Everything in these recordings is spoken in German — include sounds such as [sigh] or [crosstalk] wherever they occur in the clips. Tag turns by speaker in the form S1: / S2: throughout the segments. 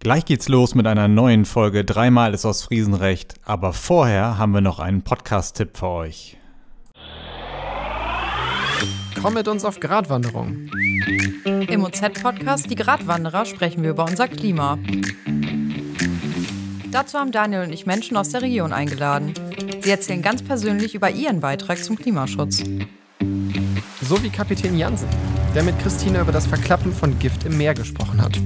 S1: Gleich geht's los mit einer neuen Folge Dreimal ist aus Friesenrecht, aber vorher haben wir noch einen Podcast-Tipp für euch.
S2: Komm mit uns auf Gratwanderung.
S3: Im OZ-Podcast Die Gratwanderer sprechen wir über unser Klima. Dazu haben Daniel und ich Menschen aus der Region eingeladen. Sie erzählen ganz persönlich über ihren Beitrag zum Klimaschutz.
S2: So wie Kapitän Jansen, der mit Christina über das Verklappen von Gift im Meer gesprochen hat.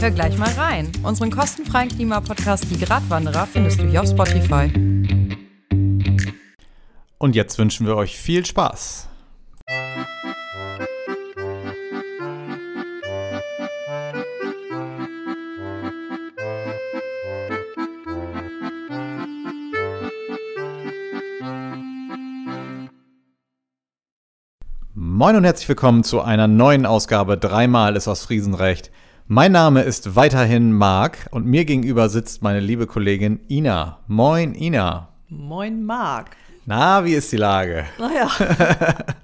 S3: Hör gleich mal rein. Unseren kostenfreien Klimapodcast Die Gratwanderer findest du hier auf Spotify.
S1: Und jetzt wünschen wir euch viel Spaß. Moin und herzlich willkommen zu einer neuen Ausgabe Dreimal ist aus Friesenrecht. Mein Name ist weiterhin Marc und mir gegenüber sitzt meine liebe Kollegin Ina. Moin Ina.
S4: Moin Marc.
S1: Na, wie ist die Lage? [laughs]
S4: Naja,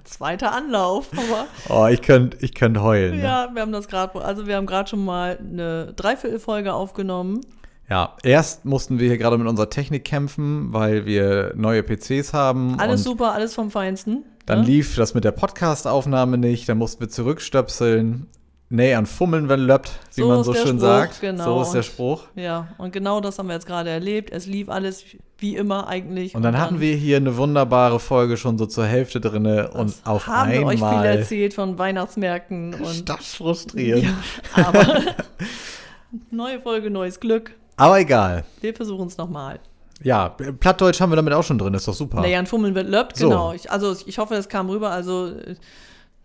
S4: zweiter Anlauf, aber
S1: Oh, ich könnte ich könnt heulen. ne?
S4: ja, wir haben das gerade, also wir haben gerade schon mal eine Dreiviertelfolge aufgenommen.
S1: Ja, erst mussten wir hier gerade mit unserer Technik kämpfen, weil wir neue PCs haben.
S4: Alles
S1: und
S4: super, alles vom Feinsten.
S1: Dann
S4: ne?
S1: lief das mit der Podcast-Aufnahme nicht, dann mussten wir zurückstöpseln. Nee, an Fummeln, wenn löppt, wie
S4: So
S1: man
S4: ist
S1: so
S4: der
S1: schön
S4: Spruch,
S1: sagt.
S4: genau.
S1: So ist der Spruch.
S4: Ja, und genau das haben wir jetzt gerade erlebt. Es lief alles wie immer eigentlich.
S1: Und dann hatten wir hier eine wunderbare Folge schon so zur Hälfte drinne und auf
S4: haben wir
S1: einmal
S4: euch viel erzählt von Weihnachtsmärkten und
S1: das frustriert.
S4: aber neue Folge, neues Glück.
S1: Aber egal.
S4: Wir versuchen es nochmal.
S1: Ja, Plattdeutsch haben wir damit auch schon drin, ist doch super.
S4: Nähern Fummeln wird löppt,
S1: So.
S4: genau. Ich, also ich hoffe, das kam rüber. Also äh,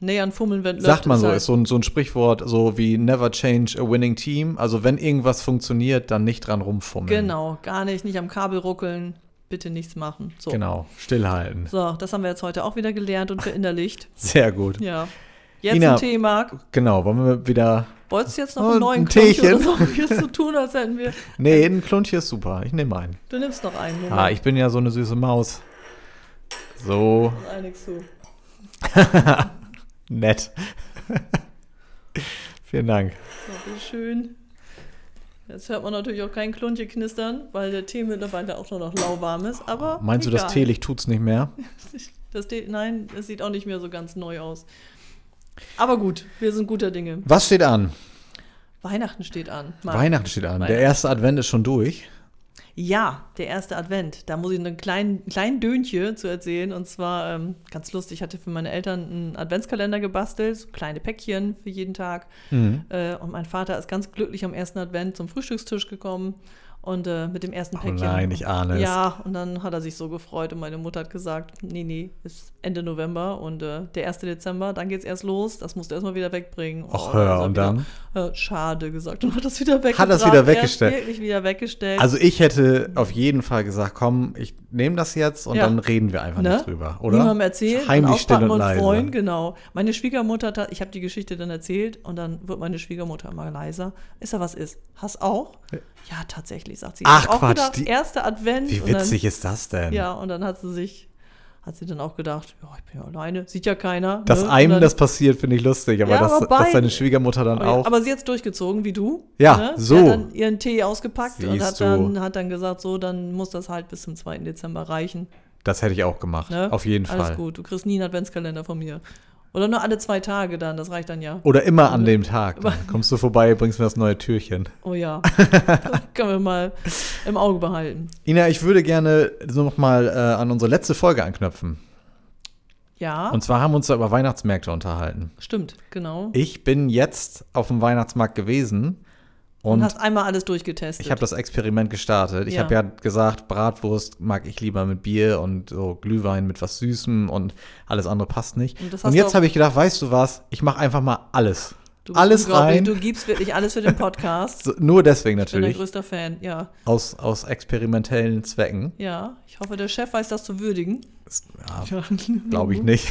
S4: Nähern Fummeln wird löppt.
S1: Sagt man so,
S4: halt-
S1: ist so ein, so ein Sprichwort, so wie never change a winning team. Also wenn irgendwas funktioniert, dann nicht dran rumfummeln.
S4: Genau, gar nicht, nicht am Kabel ruckeln, bitte nichts machen. So.
S1: Genau, stillhalten.
S4: So, das haben wir jetzt heute auch wieder gelernt
S1: [laughs]
S4: und verinnerlicht.
S1: Sehr gut.
S4: Ja. Jetzt
S1: Ina.
S4: ein Thema.
S1: Genau, wollen wir wieder.
S4: Wolltest du jetzt noch
S1: Oh,
S4: einen neuen
S1: ein
S4: Klumpen
S1: Teechen.
S4: oder so [laughs] hier zu tun, als hätten wir.
S1: Nee, ein Klund hier ist super. Ich nehme einen.
S4: Du nimmst noch einen. Moment.
S1: Ah, ich bin ja so eine süße Maus. So [laughs]
S4: Ah, nix zu.
S1: nett. [laughs] Vielen Dank.
S4: So, schön. Jetzt hört man natürlich auch kein Kluntje knistern, weil der Tee mittlerweile auch nur noch lauwarm ist. Aber
S1: Meinst du, das
S4: egal.
S1: Teelicht tut's nicht mehr?
S4: Das Tee? Nein, es sieht auch nicht mehr so ganz neu aus. Aber gut, wir sind guter Dinge.
S1: Was steht an?
S4: Weihnachten steht an. Marc.
S1: Weihnachten steht an. Der
S4: Weihnachten.
S1: erste Advent ist schon durch.
S4: Ja, der erste Advent. Da muss ich einen kleinen, kleinen Dönche zu erzählen. Und zwar ähm, ganz lustig, ich hatte für meine Eltern einen Adventskalender gebastelt, so kleine Päckchen für jeden Tag.
S1: Mhm.
S4: Äh, und mein Vater ist ganz glücklich am ersten Advent zum Frühstückstisch gekommen und äh, mit dem ersten Päckchen.
S1: Oh nein, ich ahne es.
S4: Ja, und dann hat er sich so gefreut und meine Mutter hat gesagt, nee, nee, ist Ende November und äh, der 1. Dezember, dann geht's erst los, das musst du erstmal wieder wegbringen.
S1: Och,
S4: dann
S1: hör,
S4: ist er
S1: und
S4: wieder, Äh, schade gesagt [laughs] und hat das wieder weggestellt.
S1: das wieder weggestellt.
S4: Wirklich wieder weggestellt.
S1: Also ich hätte auf jeden Fall gesagt, komm, ich nehme das jetzt und
S4: Ja.
S1: dann reden wir einfach
S4: Ne?
S1: nicht drüber, oder?
S4: Niemandem erzählt,
S1: Heimlich still und leise.
S4: freuen, genau. Meine Schwiegermutter, hat- ich habe die Geschichte dann erzählt und dann wird meine Schwiegermutter immer leiser. Ist da was ist? Hast auch? Ja, tatsächlich, sagt sie. Ich
S1: Ach,
S4: hab auch
S1: Quatsch,
S4: Gedacht,
S1: die-
S4: erster Advent.
S1: Wie
S4: und dann-
S1: witzig ist das denn?
S4: Ja, und dann hat sie sich, hat sie dann auch gedacht, ja, ich bin ja alleine, sieht ja keiner.
S1: Dass
S4: ne? Und
S1: einem
S4: dann,
S1: das passiert, finde ich lustig, aber,
S4: Ja,
S1: dass,
S4: aber
S1: dass seine
S4: beide.
S1: Schwiegermutter dann
S4: aber,
S1: auch.
S4: aber sie hat durchgezogen, wie du.
S1: Ja,
S4: ne?
S1: so.
S4: Sie hat dann ihren Tee ausgepackt und
S1: Siehst
S4: hat
S1: du.
S4: dann, hat dann gesagt, so, dann muss das halt bis zum 2. Dezember reichen.
S1: das hätte ich auch gemacht,
S4: Ne?
S1: auf jeden
S4: Alles
S1: Fall.
S4: gut, du kriegst nie einen Adventskalender von mir. Oder nur alle zwei Tage dann, das reicht dann ja.
S1: Oder immer
S4: Also,
S1: an dem Tag.
S4: [laughs]
S1: Dann kommst du vorbei, bringst mir das neue Türchen. [laughs]
S4: Oh ja, [laughs] können wir mal im Auge behalten.
S1: Ina, ich würde gerne so nochmal äh, an unsere letzte Folge anknüpfen.
S4: Ja,
S1: Und zwar haben wir uns da über Weihnachtsmärkte unterhalten.
S4: stimmt, genau.
S1: Ich bin jetzt auf dem Weihnachtsmarkt gewesen
S4: Und
S1: und
S4: hast einmal alles durchgetestet.
S1: Ich habe das Experiment gestartet. Ich
S4: Ja.
S1: habe ja gesagt, Bratwurst mag ich lieber mit Bier und so Glühwein mit was Süßem und alles andere passt nicht.
S4: Und das
S1: Und,
S4: hast du
S1: jetzt
S4: auch-
S1: habe ich gedacht, weißt du was? Ich mache einfach mal alles.
S4: du bist
S1: Alles
S4: unglaublich,
S1: rein.
S4: Du gibst wirklich alles für den Podcast.
S1: So, nur deswegen
S4: Ich bin dein
S1: natürlich.
S4: größter Fan, ja.
S1: Aus, aus experimentellen Zwecken.
S4: Ja, ich hoffe, der Chef weiß das zu würdigen.
S1: Ja,
S4: [laughs]
S1: Glaube ich
S4: Mhm.
S1: nicht.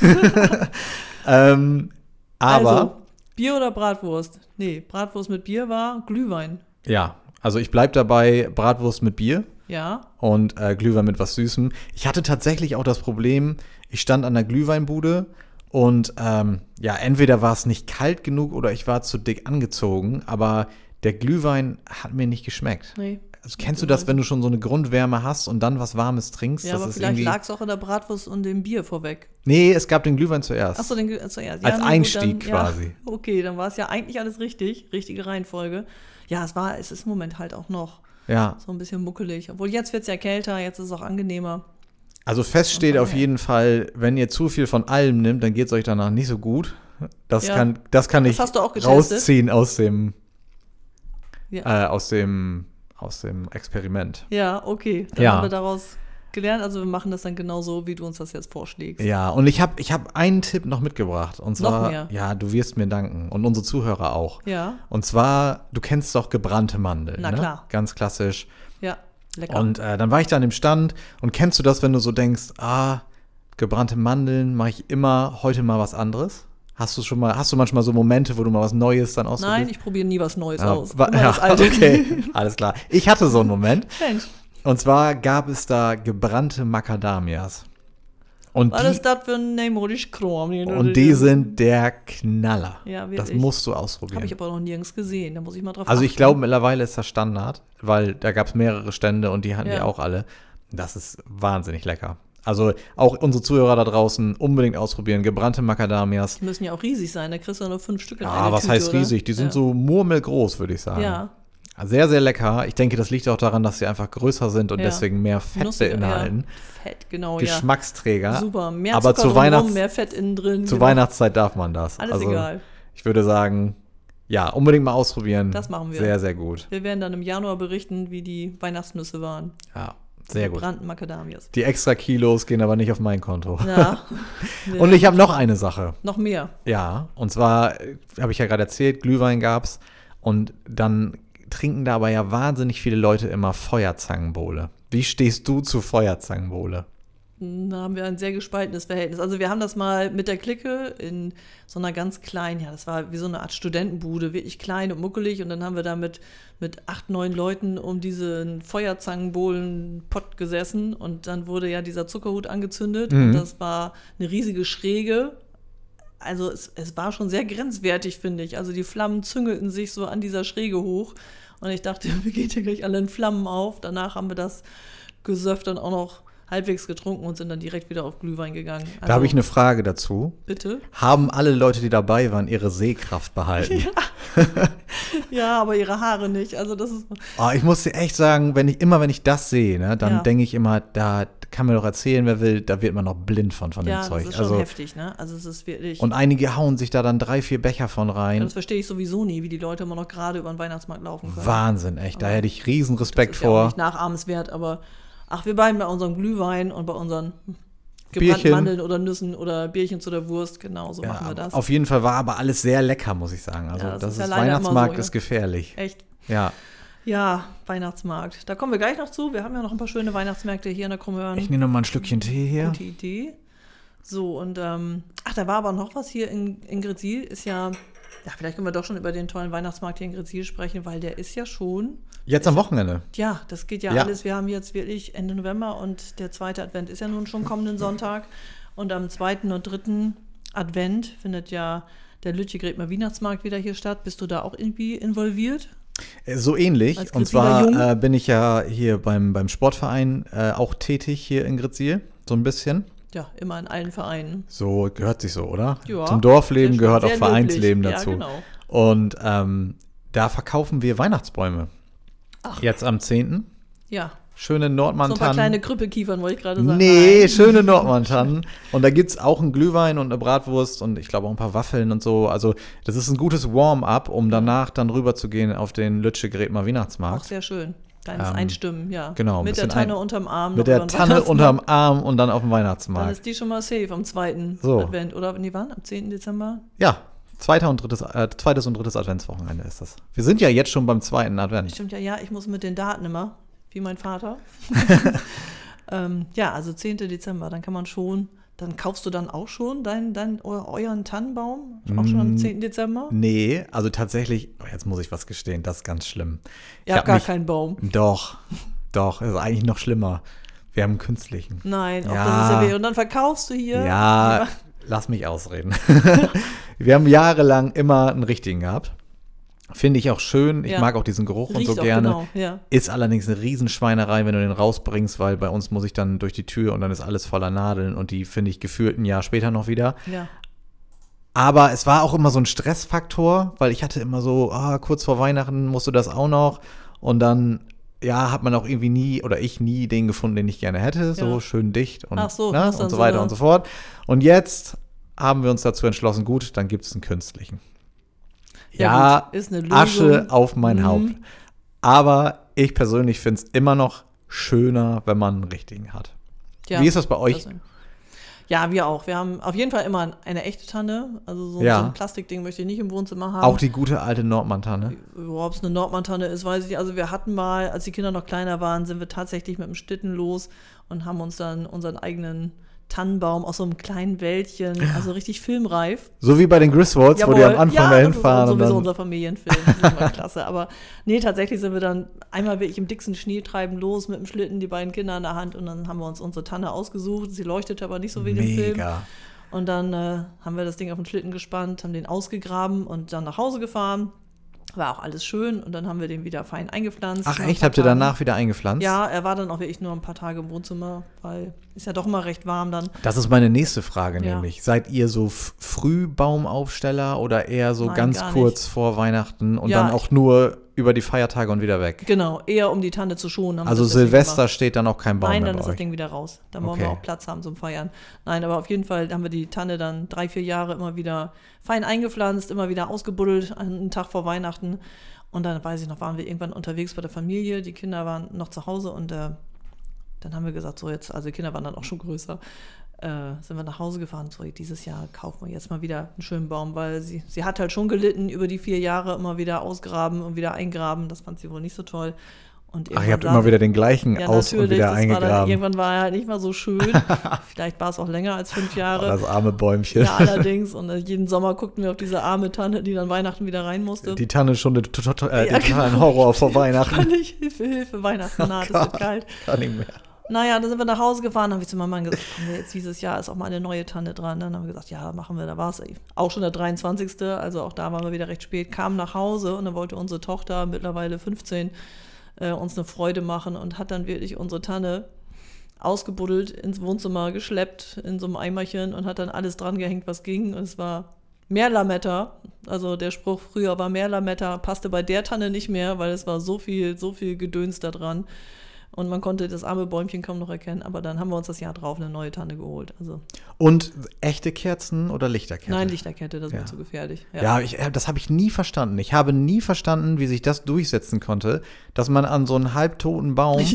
S1: ähm, aber,
S4: also, Bier oder Bratwurst? Nee, Bratwurst mit Bier war Glühwein.
S1: ja. Also ich bleibe dabei, Bratwurst mit Bier.
S4: Ja,
S1: und äh, Glühwein mit was Süßem. Ich hatte tatsächlich auch das Problem, ich stand an der Glühweinbude und ähm, ja, entweder war es nicht kalt genug oder ich war zu dick angezogen, aber der Glühwein hat mir nicht geschmeckt.
S4: Nee.
S1: Also kennst du das, wenn du schon so eine Grundwärme hast und dann was Warmes trinkst?
S4: Ja,
S1: das
S4: aber
S1: ist
S4: vielleicht
S1: irgendwie-
S4: lag es auch an der Bratwurst und dem Bier vorweg.
S1: Nee, es gab den Glühwein zuerst.
S4: Achso, den also, ja,
S1: Als
S4: na
S1: Einstieg
S4: dann,
S1: quasi.
S4: Ja, [laughs] okay, dann war es ja eigentlich alles richtig, richtige Reihenfolge. Ja, es war, es ist im Moment halt auch noch
S1: Ja,
S4: so ein bisschen muckelig. Obwohl jetzt wird es ja kälter, jetzt ist es auch angenehmer.
S1: also fest steht auf
S4: Okay.
S1: jeden Fall, wenn ihr zu viel von allem nimmt, dann geht es euch danach nicht so gut. Das
S4: Ja.
S1: kann, das kann ich
S4: hast du auch getestet?
S1: rausziehen aus dem,
S4: Ja.
S1: äh, aus dem, aus dem Experiment.
S4: Ja, okay. Dann
S1: Ja.
S4: haben wir daraus gelernt. Also wir machen das dann genauso, wie du uns das jetzt vorschlägst.
S1: Ja, und ich habe ich hab einen Tipp noch mitgebracht. Und
S4: Noch
S1: zwar,
S4: mehr?
S1: ja, du wirst mir danken. Und unsere Zuhörer auch.
S4: Ja,
S1: Und zwar, du kennst doch gebrannte Mandeln.
S4: Na
S1: ne?
S4: klar.
S1: Ganz klassisch.
S4: ja. lecker.
S1: Und äh, dann war ich da an dem Stand. Und kennst du das, wenn du so denkst, ah, gebrannte Mandeln mache ich immer heute mal was anderes? Hast du schon mal, hast du manchmal so Momente, wo du mal was Neues dann ausprobierst?
S4: Nein, ich probiere nie was Neues
S1: ja,
S4: aus.
S1: wa-
S4: Immer
S1: [laughs] ja,
S4: das Alte.
S1: okay, alles klar. Ich hatte so einen Moment.
S4: [laughs] Mensch,
S1: Und zwar gab es da gebrannte Macadamias. Und
S4: war
S1: die,
S4: das das für ein neumodisch Kram?
S1: Und die sind der Knaller.
S4: Ja, wirklich.
S1: das musst du
S4: Habe
S1: ausprobieren.
S4: ich aber noch nirgends gesehen. Da muss ich mal drauf
S1: also ich
S4: achten.
S1: glaube, mittlerweile ist das Standard, weil da gab es mehrere Stände und die hatten die
S4: Ja.
S1: auch alle. Das ist wahnsinnig lecker. Also auch unsere Zuhörer da draußen unbedingt ausprobieren. Gebrannte Macadamias.
S4: Die müssen ja auch riesig sein. Da kriegst du nur fünf Stück in
S1: Ah,
S4: einer
S1: was
S4: Tüte,
S1: heißt
S4: oder?
S1: riesig? Die sind
S4: ja.
S1: so murmelgroß, würde ich sagen.
S4: Ja,
S1: Sehr, sehr lecker. Ich denke, das liegt auch daran, dass sie einfach größer sind und
S4: Ja.
S1: deswegen mehr Fett
S4: Nussige,
S1: beinhalten.
S4: Ja. Fett, genau,
S1: Geschmacksträger.
S4: ja. Super. Mehr
S1: Aber
S4: Zucker
S1: zu,
S4: drumherum,
S1: Weihnachts
S4: mehr Fett innen drin.
S1: zu
S4: genau.
S1: Weihnachtszeit darf man das.
S4: Alles
S1: also,
S4: egal.
S1: Ich würde sagen, ja, unbedingt mal ausprobieren.
S4: Das machen wir.
S1: Sehr, sehr gut.
S4: Wir werden dann im Januar berichten, wie die Weihnachtsnüsse waren.
S1: Ja, sehr gut. [laughs]
S4: Brannten Macadamias.
S1: Die extra Kilos gehen aber nicht auf mein Konto.
S4: Ja. Nee.
S1: Und ich habe noch eine Sache.
S4: noch mehr.
S1: Ja, und zwar äh, habe ich ja gerade erzählt, Glühwein gab's und dann trinken dabei ja wahnsinnig viele Leute immer Feuerzangenbowle. Wie stehst du zu Feuerzangenbowle?
S4: Da haben wir ein sehr gespaltenes Verhältnis. Also wir haben das mal mit der Clique in so einer ganz kleinen, ja, das war wie so eine Art Studentenbude, wirklich klein und muckelig. Und dann haben wir da mit, mit acht, neun Leuten um diesen Feuerzangenbohlen-Pott gesessen. Und dann wurde ja dieser Zuckerhut angezündet. Und das war eine riesige Schräge. Also es, es war schon sehr grenzwertig, finde ich. Also die Flammen züngelten sich so an dieser Schräge hoch. Und ich dachte, [laughs] wir gehen ja gleich alle in Flammen auf. Danach haben wir das gesöfft und auch noch halbwegs getrunken und sind dann direkt wieder auf Glühwein gegangen. Also,
S1: Da habe ich eine Frage dazu.
S4: Bitte? [laughs]
S1: Haben alle Leute, die dabei waren, ihre Sehkraft
S4: [laughs]
S1: behalten?
S4: Ja, aber ihre Haare nicht. Also das ist...
S1: Oh, ich muss dir echt sagen, wenn ich immer, wenn ich das sehe, ne, dann
S4: Ja.
S1: denke ich immer, da kann mir doch erzählen, wer will, da wird man noch blind von von
S4: Ja,
S1: dem
S4: das
S1: Zeug.
S4: ist schon
S1: also
S4: heftig, ne? Also es ist wirklich...
S1: und einige hauen sich da dann drei, vier Becher von rein.
S4: das verstehe ich sowieso nie, wie die Leute immer noch gerade über den Weihnachtsmarkt laufen können.
S1: Wahnsinn, echt. Da hätte ich riesen Respekt
S4: ist ja auch
S1: vor.
S4: nicht nachahmenswert, aber ach, wir bleiben bei unserem Glühwein und bei unseren gebrannten
S1: Bierchen.
S4: Mandeln oder Nüssen oder Bierchen zu der Wurst. Genau, so
S1: Ja,
S4: machen wir das.
S1: Ähm, Auf jeden Fall war aber alles sehr lecker, muss ich sagen. Also
S4: Ja,
S1: das,
S4: das
S1: ist
S4: ist ja leider immer
S1: Weihnachtsmarkt
S4: so,
S1: ist
S4: ja.
S1: gefährlich.
S4: Echt.
S1: Ja.
S4: Ja, Weihnachtsmarkt. Da kommen wir gleich noch zu. Wir haben ja noch ein paar schöne Weihnachtsmärkte hier in der Krummhörn.
S1: Ich nehme noch mal ein Schlückchen Tee hier.
S4: Gute Idee. So, und ähm, ach, da war aber noch was hier in, in Grisil. Ist ja, ja, vielleicht können wir doch schon über den tollen Weihnachtsmarkt hier in Grisil sprechen, weil der ist ja schon,
S1: Jetzt am Wochenende.
S4: ja, das geht ja,
S1: Ja.
S4: alles. Wir haben jetzt wirklich Ende November und der zweite Advent ist ja nun schon kommenden Sonntag. Und am zweiten und dritten Advent findet ja der Lütjegrätmer Weihnachtsmarkt wieder hier statt. Bist du da auch irgendwie involviert?
S1: Äh, So ähnlich.
S4: Als
S1: Und
S4: Grizzlier
S1: zwar
S4: Jung.
S1: äh, bin ich ja hier beim, beim Sportverein äh, auch tätig hier in Gritzil. So ein bisschen.
S4: Ja, immer in allen Vereinen.
S1: So gehört sich so, oder?
S4: Ja,
S1: Zum Dorfleben
S4: sehr schön,
S1: gehört auch
S4: sehr
S1: Vereinsleben
S4: löblich. Ja,
S1: dazu.
S4: genau.
S1: Und ähm, da verkaufen wir Weihnachtsbäume. Jetzt am 10.
S4: Ja,
S1: Schöne
S4: so ein paar kleine
S1: Nordmantannen.
S4: Krüppelkiefern wollte ich gerade sagen.
S1: nee,
S4: Nein.
S1: schöne Nordmantannen. Und da gibt es auch einen Glühwein und eine Bratwurst und ich glaube auch ein paar Waffeln und so. Also, das ist ein gutes Warm-up, um danach dann rüberzugehen auf den Lütsche Grätmer
S4: Auch
S1: Weihnachtsmarkt.
S4: sehr schön. Kleines
S1: Ähm,
S4: Einstimmen, ja.
S1: genau, ein
S4: Mit der
S1: bisschen ein-
S4: Tanne unterm Arm. noch
S1: Mit
S4: über
S1: der
S4: den
S1: Tanne
S4: Weihnachtsmann.
S1: unterm Arm und dann auf dem
S4: Dann
S1: Weihnachtsmarkt.
S4: ist die schon mal safe am zweiten
S1: So.
S4: Advent. Oder, nee, wann? Am 10. Dezember?
S1: Ja, zweiter und drittes, äh, zweites und drittes Adventswochenende ist das. Wir sind ja jetzt schon beim zweiten Advent.
S4: Stimmt ja, ja, ich muss mit den Daten immer, wie mein
S1: [laughs]
S4: Vater. ähm, ja, also 10. Dezember, dann kann man schon, dann kaufst du dann auch schon deinen, deinen, eu- euren Tannenbaum, auch schon
S1: Mm.
S4: am 10. Dezember?
S1: Nee, also tatsächlich, oh, jetzt muss ich was gestehen, das ist ganz schlimm. Ich
S4: Ihr habt
S1: hab
S4: gar
S1: mich-
S4: keinen Baum.
S1: Doch, doch, ist eigentlich noch schlimmer. Wir haben einen künstlichen.
S4: Nein, auch
S1: Ja.
S4: das ist ja weh. Und dann verkaufst du hier.
S1: Ja,
S4: [laughs]
S1: [laughs] lass mich ausreden. wir haben jahrelang immer einen richtigen gehabt. Finde ich auch schön. Ich
S4: Ja.
S1: mag auch diesen Geruch
S4: Riecht
S1: und so
S4: auch
S1: gerne.
S4: genau, ja.
S1: Ist allerdings eine Riesenschweinerei, wenn du den rausbringst, weil bei uns muss ich dann durch die Tür und dann ist alles voller Nadeln und die finde ich gefühlt ein Jahr später noch wieder.
S4: Ja.
S1: Aber es war auch immer so ein Stressfaktor, weil ich hatte immer so, ah, kurz vor Weihnachten musst du das auch noch. Und dann, ja, hat man auch irgendwie nie oder ich nie den gefunden, den ich gerne hätte. So
S4: Ja.
S1: schön dicht und,
S4: Ach so,
S1: ne,
S4: hast
S1: und
S4: du dann
S1: so
S4: so
S1: weiter
S4: eine-
S1: und so fort. Und jetzt haben wir uns dazu entschlossen, gut, dann gibt es einen künstlichen.
S4: Ja,
S1: Ja,
S4: gut, ist eine Lösung.
S1: Asche auf mein
S4: Mhm.
S1: Haupt. Aber ich persönlich finde es immer noch schöner, wenn man einen richtigen hat.
S4: Ja,
S1: Wie ist das bei euch?
S4: deswegen. Ja, wir auch. Wir haben auf jeden Fall immer eine echte Tanne. Also so,
S1: Ja.
S4: so ein Plastikding möchte ich nicht im Wohnzimmer haben.
S1: Auch die gute alte Nordmantanne.
S4: Ob es eine Nordmantanne ist, weiß ich nicht. Also wir hatten mal, als die Kinder noch kleiner waren, sind wir tatsächlich mit dem Schlitten los und haben uns dann unseren eigenen Tannenbaum aus so einem kleinen Wäldchen, also richtig filmreif.
S1: So wie bei den Griswolds, wo die am
S4: Jawohl.
S1: Anfang
S4: ja,
S1: dahin
S4: das ist
S1: fahren. und
S4: sowieso
S1: dann,
S4: unser Familienfilm. Das ist immer klasse. Aber nee, tatsächlich sind wir dann einmal wirklich im dicksten Schnee treiben los mit dem Schlitten, die beiden Kinder in der Hand und dann haben wir uns unsere Tanne ausgesucht. Sie leuchtete aber nicht so wie in dem Film.
S1: mega.
S4: Und dann äh, haben wir das Ding auf den Schlitten gespannt, haben den ausgegraben und dann nach Hause gefahren. War auch alles schön und dann haben wir den wieder fein eingepflanzt.
S1: Ach
S4: Nach ein
S1: echt,
S4: paar
S1: habt ihr
S4: Tagen.
S1: danach wieder eingepflanzt?
S4: Ja, er war dann auch wirklich nur ein paar Tage im Wohnzimmer, weil ist ja doch mal recht warm dann.
S1: Das ist meine nächste Frage
S4: Ja.
S1: nämlich. Seid ihr so F- Frühbaumaufsteller oder eher so
S4: Nein,
S1: ganz
S4: gar nicht.
S1: kurz vor Weihnachten und
S4: Ja,
S1: dann auch nur über die Feiertage und wieder weg?
S4: Genau, eher um die Tanne zu schonen. haben wir
S1: Also
S4: das deswegen
S1: Silvester
S4: gemacht.
S1: steht dann auch kein Baum
S4: Nein,
S1: mehr
S4: dann
S1: bei
S4: ist
S1: euch.
S4: das Ding wieder raus. Dann wollen wir
S1: Okay.
S4: auch Platz haben zum Feiern. Nein, aber auf jeden Fall haben wir die Tanne dann drei, vier Jahre immer wieder fein eingepflanzt, immer wieder ausgebuddelt, einen Tag vor Weihnachten. Und dann weiß ich noch, waren wir irgendwann unterwegs bei der Familie, die Kinder waren noch zu Hause und äh, dann haben wir gesagt, so jetzt, also die Kinder waren dann auch schon größer, äh, sind wir nach Hause gefahren, so dieses Jahr kaufen wir jetzt mal wieder einen schönen Baum, weil sie, sie hat halt schon gelitten über die vier Jahre, immer wieder ausgraben und wieder eingraben, das fand sie wohl nicht so toll. Und
S1: Ach,
S4: irgendwann
S1: ihr habt
S4: saß-
S1: immer wieder den gleichen
S4: ja,
S1: aus und
S4: natürlich.
S1: wieder
S4: das War dann,
S1: eingegraben.
S4: irgendwann war er halt nicht mehr so schön.
S1: [laughs]
S4: Vielleicht war es auch länger als fünf Jahre.
S1: Oh, Das arme Bäumchen.
S4: ja, allerdings. Und äh, jeden Sommer guckten wir auf diese arme Tanne, die dann Weihnachten wieder rein
S1: [laughs]
S4: musste.
S1: die Tanne schon den, to- to- äh,
S4: Ja,
S1: den totalen
S4: genau.
S1: Horror
S4: [laughs]
S1: vor Weihnachten.
S4: Kann ich Hilfe, Hilfe, Weihnachten naht, es wird kalt.
S1: Gar Oh nicht mehr.
S4: Naja, dann sind wir nach Hause gefahren, habe ich zu meinem Mann gesagt, komm, nee, jetzt dieses Jahr ist auch mal eine neue Tanne dran. ne? Dann haben wir gesagt, ja, machen wir, da war es auch schon der 23., also auch da waren wir wieder recht spät, kamen nach Hause und dann wollte unsere Tochter, mittlerweile 15, äh, uns eine Freude machen und hat dann wirklich unsere Tanne ausgebuddelt, ins Wohnzimmer geschleppt, in so einem Eimerchen und hat dann alles dran gehängt, was ging. Und es war mehr Lametta. Also der Spruch früher war mehr Lametta, passte bei der Tanne nicht mehr, weil es war so viel, so viel Gedöns da dran. Und man konnte das arme Bäumchen kaum noch erkennen, aber dann haben wir uns das Jahr drauf eine neue Tanne geholt. Also
S1: Und echte Kerzen oder Lichterkerzen?
S4: nein, Lichterkette, das
S1: Ja.
S4: wird zu gefährlich.
S1: Ja, ich, äh, das habe ich nie verstanden. Ich habe nie verstanden, wie sich das durchsetzen konnte, dass man an so einen halbtoten
S4: [laughs]
S1: Baum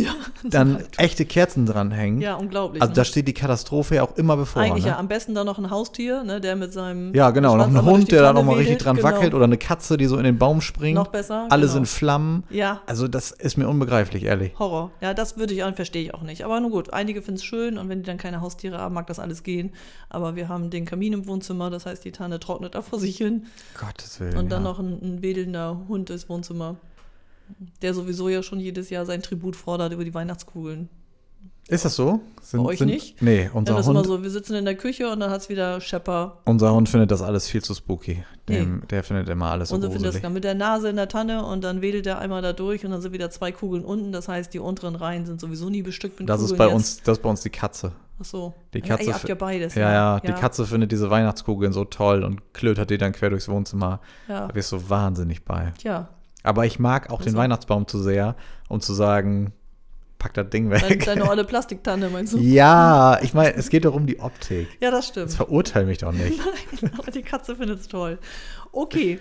S1: dann echte Kerzen dranhängt.
S4: Ja, unglaublich.
S1: also
S4: ne?
S1: da steht die Katastrophe ja auch immer bevor.
S4: Eigentlich
S1: ne?
S4: ja, am besten dann noch ein Haustier, ne, der mit seinem
S1: ja, genau. Noch
S4: Schwanz
S1: ein
S4: einmal durch
S1: Hund,
S4: die
S1: der da
S4: Tanne
S1: nochmal richtig
S4: wedelt,
S1: dran
S4: genau.
S1: wackelt oder eine Katze, die so in den Baum springt.
S4: Noch besser,
S1: Alle
S4: genau.
S1: sind Flammen.
S4: Ja,
S1: Also das ist mir unbegreiflich, ehrlich.
S4: Horror. Ja, das würde ich auch, verstehe ich auch nicht. Aber nun gut, einige finden es schön und wenn die dann keine Haustiere haben, mag das alles gehen. Aber wir haben den Kamin im Wohnzimmer, das heißt, die Tanne trocknet da vor sich hin.
S1: Gottes Willen.
S4: Oh Und dann
S1: ja.
S4: noch ein, ein wedelnder Hund ins Wohnzimmer, der sowieso ja schon jedes Jahr sein Tribut fordert über die Weihnachtskugeln.
S1: Ist das so? Sind,
S4: euch nicht?
S1: Nee,
S4: Unser
S1: unser
S4: das ist
S1: Hund,
S4: immer so, wir sitzen in der Küche und dann hat es wieder Schepper.
S1: unser Hund findet das alles viel zu spooky. Dem, Der findet immer alles so
S4: und so findet das
S1: gruselig.
S4: dann mit der Nase in der Tanne und dann wedelt er einmal da durch und dann sind wieder zwei Kugeln unten. Das heißt, die unteren Reihen sind sowieso nie bestückt mit
S1: Das
S4: Kugeln.
S1: ist bei
S4: jetzt.
S1: uns, das ist bei uns die Katze.
S4: Ach so.
S1: Die
S4: Ja,
S1: Katze
S4: ihr habt ja beides.
S1: Ja,
S4: ne?
S1: ja, die Katze findet diese Weihnachtskugeln so toll und klötert die dann quer durchs Wohnzimmer.
S4: Ja.
S1: Da wirst du wahnsinnig bei.
S4: Tja,
S1: Aber ich mag auch den
S4: Also-
S1: Weihnachtsbaum zu sehr, um zu sagen, pack das Ding [laughs]
S4: Deine,
S1: weg.
S4: deine olle Plastiktanne, meinst du?
S1: ja, ich meine, es geht doch um die Optik.
S4: Ja, das
S1: Jetzt
S4: [laughs] stimmt.
S1: verurteil mich doch nicht.
S4: Aber die Katze findet es toll. Okay.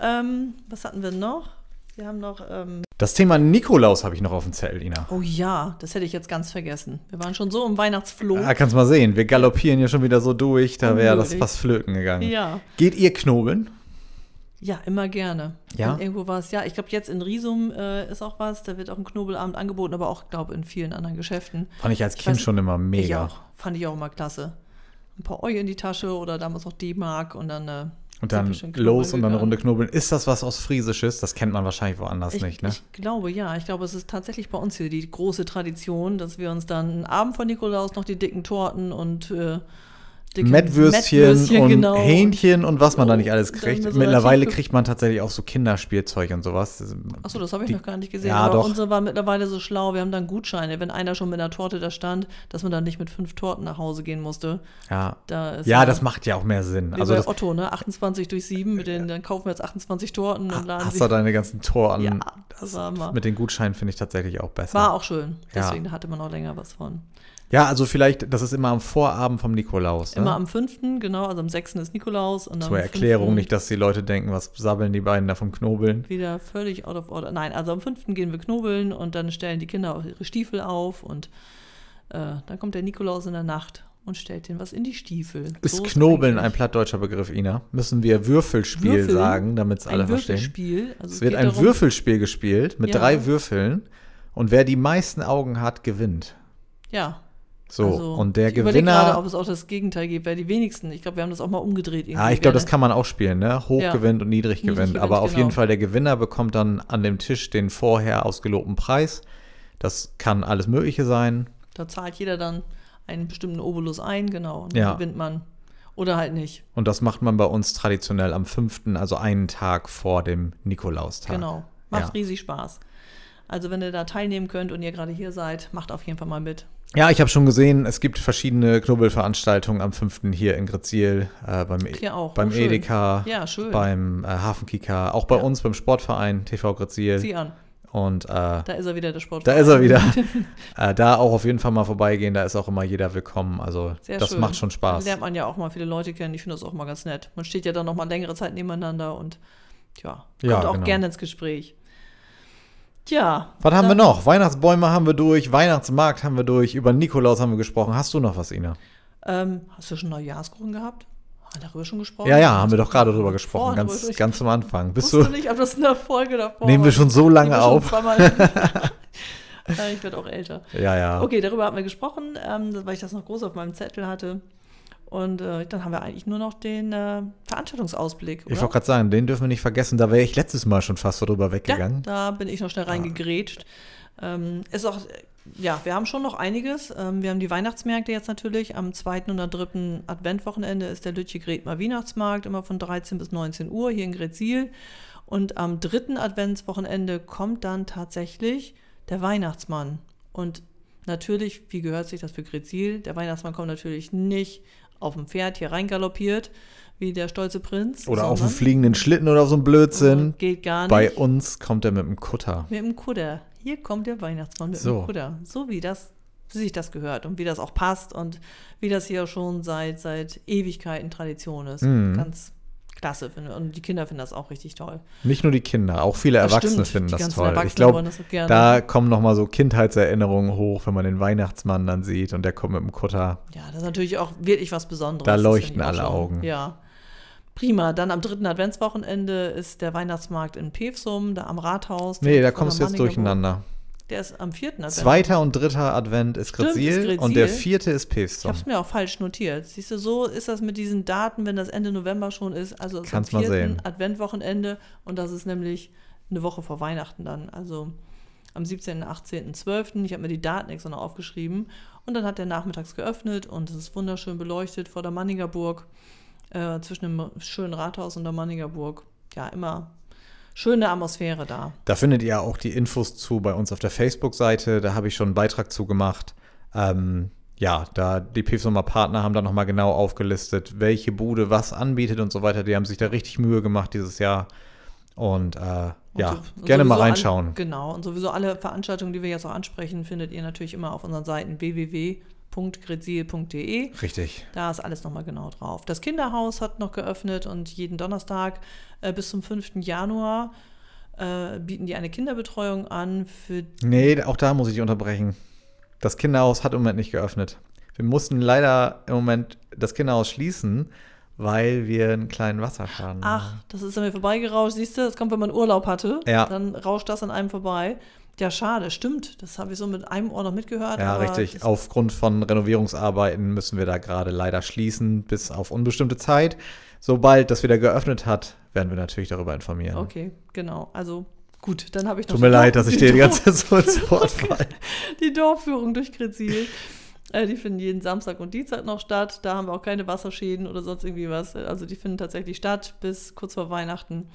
S4: Ähm, was hatten wir noch? Wir haben noch. Ähm,
S1: Das Thema Nikolaus habe ich noch auf dem Zettel, Ina.
S4: oh ja, das hätte ich jetzt ganz vergessen. Wir waren schon so im Weihnachtsfloh.
S1: Ah, kannst mal sehen, wir galoppieren hier schon wieder so durch, da wäre das
S4: Oh. Unmöglich.
S1: fast flöten gegangen.
S4: Ja.
S1: Geht ihr knobeln?
S4: Ja, immer gerne.
S1: Ja?
S4: Wenn irgendwo was. Ja, ich glaube, jetzt in Risum äh, ist auch was. Da wird auch ein Knobelabend angeboten, aber auch, glaube in vielen anderen Geschäften.
S1: Fand ich als
S4: Ich
S1: Kind
S4: weiß-
S1: schon immer mega.
S4: Ich auch. Fand ich auch immer klasse. Ein paar Euro in die Tasche oder damals noch D-Mark und dann. Äh,
S1: Und
S4: sind
S1: dann
S4: wir schön knobeln
S1: los und dann eine
S4: gegangen.
S1: Runde knobeln. Ist das was aus Friesisches? Das kennt man wahrscheinlich woanders
S4: Ich,
S1: nicht, ne?
S4: ich glaube ja. Ich glaube, es ist tatsächlich bei uns hier die große Tradition, dass wir uns dann am Abend von Nikolaus noch die dicken Torten und äh, dicke
S1: Mettwürstchen,
S4: Mettwürstchen,
S1: und
S4: genau. Oh,
S1: Hähnchen und was man da nicht alles
S4: Dann
S1: kriegt.
S4: mit so einer
S1: Mittlerweile
S4: tiefe-
S1: kriegt man tatsächlich auch so Kinderspielzeug und sowas. Das-
S4: Achso, das habe ich
S1: Die-
S4: noch gar nicht gesehen.
S1: Ja,
S4: aber
S1: doch.
S4: unsere war mittlerweile so schlau. Wir haben dann Gutscheine, wenn einer schon mit einer Torte da stand, dass man dann nicht mit fünf Torten nach Hause gehen musste.
S1: Ja.
S4: Da ist
S1: ja,
S4: ja-
S1: das macht ja auch mehr Sinn.
S4: Wie
S1: Also
S4: bei
S1: das,
S4: Otto, ne? 28 durch 7, mit den, dann kaufen wir jetzt 28 Torten und laden
S1: hast
S4: sie.
S1: du deine ganzen Tor an.
S4: ja,
S1: das
S4: das war immer.
S1: mit den Gutscheinen finde ich tatsächlich auch besser.
S4: War auch schön.
S1: Ja.
S4: Deswegen hatte man auch länger was von.
S1: Ja, also vielleicht, das ist immer am Vorabend vom Nikolaus. Ne?
S4: Immer am 5., genau, also am 6. ist Nikolaus. Und am
S1: Zur Erklärung,
S4: 5.
S1: nicht, dass die Leute denken, was sabbeln die beiden da vom Knobeln.
S4: Wieder völlig out of order. Nein, also am 5. gehen wir knobeln und dann stellen die Kinder auch ihre Stiefel auf und äh, dann kommt der Nikolaus in der Nacht und stellt denen was in die Stiefel.
S1: Ist
S4: So
S1: Knobeln ein
S4: eigentlich
S1: plattdeutscher Begriff, Ina? Müssen wir Würfelspiel
S4: Würfeln?
S1: sagen, damit es alle
S4: ein
S1: verstehen?
S4: Würfelspiel. Also
S1: Es wird
S4: geht
S1: ein
S4: darum-
S1: Würfelspiel gespielt mit
S4: Ja.
S1: drei Würfeln und wer die meisten Augen hat, gewinnt.
S4: Ja.
S1: So,
S4: also
S1: und der
S4: ich überleg gerade,
S1: Gewinner.
S4: ob es auch das Gegenteil gibt, wer die wenigsten. Ich glaube, wir haben das auch mal umgedreht. irgendwie.
S1: Ah, ich
S4: Wer-
S1: glaube, das kann man auch spielen, ne? Hoch
S4: Ja.
S1: gewinnt und niedrig
S4: Niedrig
S1: gewinnt.
S4: gewinnt,
S1: Aber auf jeden
S4: genau.
S1: Fall der Gewinner bekommt dann an dem Tisch den vorher ausgelobten Preis. Das kann alles Mögliche sein.
S4: Da zahlt jeder dann einen bestimmten Obolus ein, genau. Und
S1: Ja.
S4: dann gewinnt man. Oder halt nicht.
S1: Und das macht man bei uns traditionell am 5., also einen Tag vor dem Nikolaustag.
S4: Genau. Macht
S1: ja.
S4: riesig Spaß. Also, wenn ihr da teilnehmen könnt und ihr gerade hier seid, macht auf jeden Fall mal mit.
S1: Ja, ich habe schon gesehen, es gibt verschiedene Knubbelveranstaltungen am 5. hier in Gritziel, äh, beim, E-
S4: Hier auch.
S1: beim
S4: Oh, schön.
S1: Edeka,
S4: Ja, schön.
S1: beim äh, Hafenkika, auch bei
S4: Ja.
S1: uns beim Sportverein TV Gritziel.
S4: Zieh an.
S1: Und äh, da,
S4: Da ist er wieder, der Sport.
S1: ist er
S4: [laughs]
S1: wieder. [laughs] äh, da auch auf jeden Fall mal vorbeigehen, da ist auch immer jeder willkommen. Also
S4: Sehr
S1: das
S4: schön.
S1: macht schon Spaß.
S4: Dann lernt man ja auch mal viele Leute kennen. Ich finde das auch mal ganz nett. Man steht ja dann noch mal längere Zeit nebeneinander und ja, kommt
S1: Ja,
S4: auch
S1: genau.
S4: gerne ins Gespräch. Tja.
S1: Was haben
S4: dann-
S1: wir noch? Weihnachtsbäume haben wir durch, Weihnachtsmarkt haben wir durch, über Nikolaus haben wir gesprochen. Hast du noch was, Ina?
S4: Ähm, hast du schon Neujahrskuchen gehabt? Haben wir darüber schon gesprochen?
S1: Ja, ja, haben wir doch gerade drüber gesprochen,
S4: Vorhin
S1: ganz,
S4: Oh, drüber- ich
S1: ganz am Anfang. Bist
S4: wusste
S1: du,
S4: nicht, ob das in der Folge davor
S1: nehmen wir
S4: war.
S1: schon so
S4: Nehmen
S1: lange
S4: wir schon
S1: auf? [laughs]
S4: zweimal. Äh, ich werde auch älter.
S1: Ja, ja.
S4: Okay, darüber haben wir gesprochen, ähm, weil ich das noch groß auf meinem Zettel hatte. Und äh, dann haben wir eigentlich nur noch den äh, Veranstaltungsausblick.
S1: Ich
S4: oder?
S1: wollte gerade sagen, den dürfen wir nicht vergessen. Da wäre ich letztes Mal schon fast so drüber
S4: Ja,
S1: weggegangen.
S4: da bin ich noch
S1: Ah.
S4: schnell reingegrätscht. Ähm, ist auch, ja, wir haben schon noch einiges. Ähm, wir haben die Weihnachtsmärkte jetzt natürlich. Am zweiten und am dritten Adventwochenende ist der Lütje Gretmer Weihnachtsmarkt, immer von 13 bis 19 Uhr hier in Gretzil. Und am dritten Adventswochenende kommt dann tatsächlich der Weihnachtsmann. Und natürlich, wie gehört sich das für Gretzil? Der Weihnachtsmann kommt natürlich nicht auf dem Pferd hier reingaloppiert, wie der stolze Prinz.
S1: oder auf einen
S4: sondern-
S1: fliegenden Schlitten oder auf so einen Blödsinn.
S4: ne? Oh, Geht gar nicht.
S1: Bei uns kommt er mit dem Kutter.
S4: Mit dem Kudder. Hier kommt der Weihnachtsmann mit
S1: So.
S4: dem Kudder. So wie das, wie sich das gehört und wie das auch passt und wie das hier schon seit, seit Ewigkeiten Tradition ist.
S1: Mhm.
S4: Ganz klasse finde Und die Kinder finden das auch richtig toll.
S1: Nicht nur die Kinder, auch viele
S4: Das
S1: Erwachsene
S4: stimmt,
S1: finden
S4: die
S1: das
S4: ganzen
S1: toll. ich
S4: Erwachsenen
S1: glaube,
S4: wollen das so gerne.
S1: da kommen nochmal so Kindheitserinnerungen hoch, wenn man den Weihnachtsmann dann sieht und der kommt mit dem Kutter.
S4: Ja, das ist natürlich auch wirklich was Besonderes.
S1: Da
S4: Das
S1: leuchten
S4: finde ich
S1: alle
S4: auch schon-
S1: Augen.
S4: Ja. Prima, dann am dritten Adventswochenende ist der Weihnachtsmarkt in Pevsum, da am Rathaus.
S1: Nee,
S4: direkt
S1: da
S4: vor der
S1: kommst du jetzt
S4: Manninger Burg.
S1: durcheinander.
S4: Der ist am vierten Advent.
S1: Zweiter und dritter Advent ist
S4: Also, Stimmt, ist
S1: Grazil und
S4: Grazil.
S1: der vierte ist
S4: Ich
S1: Pestum.
S4: habe es mir auch falsch notiert. Siehst du, so ist das mit diesen Daten, wenn das Ende November schon ist. Also es ist
S1: Kannst
S4: am
S1: mal
S4: vierten
S1: sehen.
S4: Adventwochenende und das ist nämlich eine Woche vor Weihnachten dann. Also am 17., 18., 12. Ich habe mir die Daten extra noch aufgeschrieben. Und dann hat der nachmittags geöffnet und es ist wunderschön beleuchtet vor der Manninger Burg, äh, zwischen dem schönen Rathaus und der Manninger Burg. Ja, immer schöne Atmosphäre da.
S1: Da findet ihr auch die Infos zu bei uns auf der Facebook-Seite. Da habe ich schon einen Beitrag zu gemacht. Ähm, ja, da die Pevsumer Partner haben da nochmal genau aufgelistet, welche Bude was anbietet und so weiter. Die haben sich da richtig Mühe gemacht dieses Jahr. Und äh,
S4: Und
S1: ja,
S4: so- und
S1: gerne mal
S4: sowieso an-
S1: reinschauen.
S4: genau, und sowieso alle Veranstaltungen, die wir jetzt auch ansprechen, findet ihr natürlich immer auf unseren Seiten www.gretsil.de.
S1: Richtig.
S4: Da ist alles nochmal genau drauf. Das Kinderhaus hat noch geöffnet und jeden Donnerstag äh, bis zum 5. Januar äh, bieten die eine Kinderbetreuung an
S1: Mhm.
S4: für
S1: Nee, auch da muss ich dich unterbrechen. Das Kinderhaus hat im Moment nicht geöffnet. Wir mussten leider im Moment das Kinderhaus schließen, weil wir einen kleinen Wasserschaden haben.
S4: Ach, das ist an mir vorbeigerauscht, siehst du? Das kommt, wenn man Urlaub hatte.
S1: Ja.
S4: Dann rauscht das an einem vorbei. Ja, schade, stimmt. Das habe ich so mit einem Ohr noch mitgehört.
S1: Ja,
S4: aber
S1: richtig.
S4: das-
S1: Aufgrund von Renovierungsarbeiten müssen wir da gerade leider schließen, bis auf unbestimmte Zeit. Sobald das wieder geöffnet hat, werden wir natürlich darüber informieren.
S4: Okay, genau. Also gut, dann habe ich noch
S1: Tut mir
S4: [laughs] die
S1: leid,
S4: Dorf-
S1: dass ich dir die
S4: Dorf-
S1: ganze Zeit so ins Wort falle.
S4: die Dorfführung durch Kretzil. Äh, die finden jeden Samstag und Dienstag noch statt. Da haben wir auch keine Wasserschäden oder sonst irgendwie was. Also die finden tatsächlich statt bis kurz vor Weihnachten.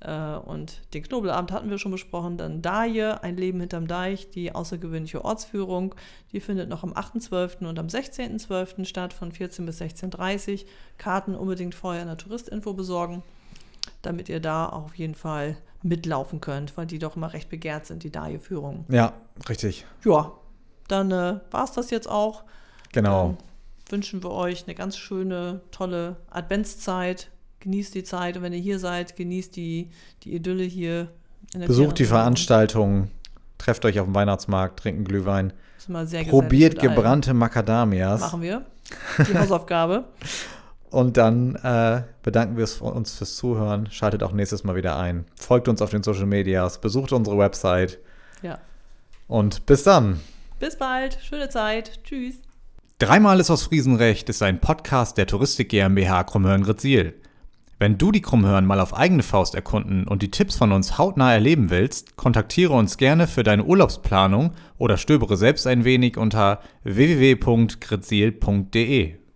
S4: Äh, und den Knobelabend hatten wir schon besprochen. Dann Daje, ein Leben hinterm Deich, die außergewöhnliche Ortsführung. Die findet noch am 8.12. und am 16.12. statt, von 14 bis 16.30 Uhr. Karten unbedingt vorher in der Touristinfo besorgen, damit ihr da auch auf jeden Fall mitlaufen könnt, weil die doch immer recht begehrt sind, die Daje-Führungen.
S1: Ja, richtig.
S4: Ja, dann äh, war es das jetzt auch.
S1: Genau.
S4: Dann wünschen wir euch eine ganz schöne, tolle Adventszeit. Genießt die Zeit und wenn ihr hier seid, genießt die, die Idylle hier. in der
S1: Besucht die
S4: Ferienwohnung.
S1: Veranstaltung, trefft euch auf dem Weihnachtsmarkt, trinkt einen Glühwein,
S4: Ist immer sehr gesellig
S1: probiert
S4: mit allen.
S1: gebrannte Macadamias
S4: Machen wir. Die
S1: [laughs]
S4: Hausaufgabe.
S1: und dann äh, bedanken wir es- uns fürs Zuhören. Schaltet auch nächstes Mal wieder ein. Folgt uns auf den Social Medias, besucht unsere Website
S4: Ja.
S1: und bis dann.
S4: Bis bald. Schöne Zeit. Tschüss.
S1: Dreimal ist aus Friesenrecht ist ein Podcast der Touristik GmbH Krummhörn-Ritziel. Wenn du die Krummhörn mal auf eigene Faust erkunden und die Tipps von uns hautnah erleben willst, kontaktiere uns gerne für deine Urlaubsplanung oder stöbere selbst ein wenig unter www.gritzil.de.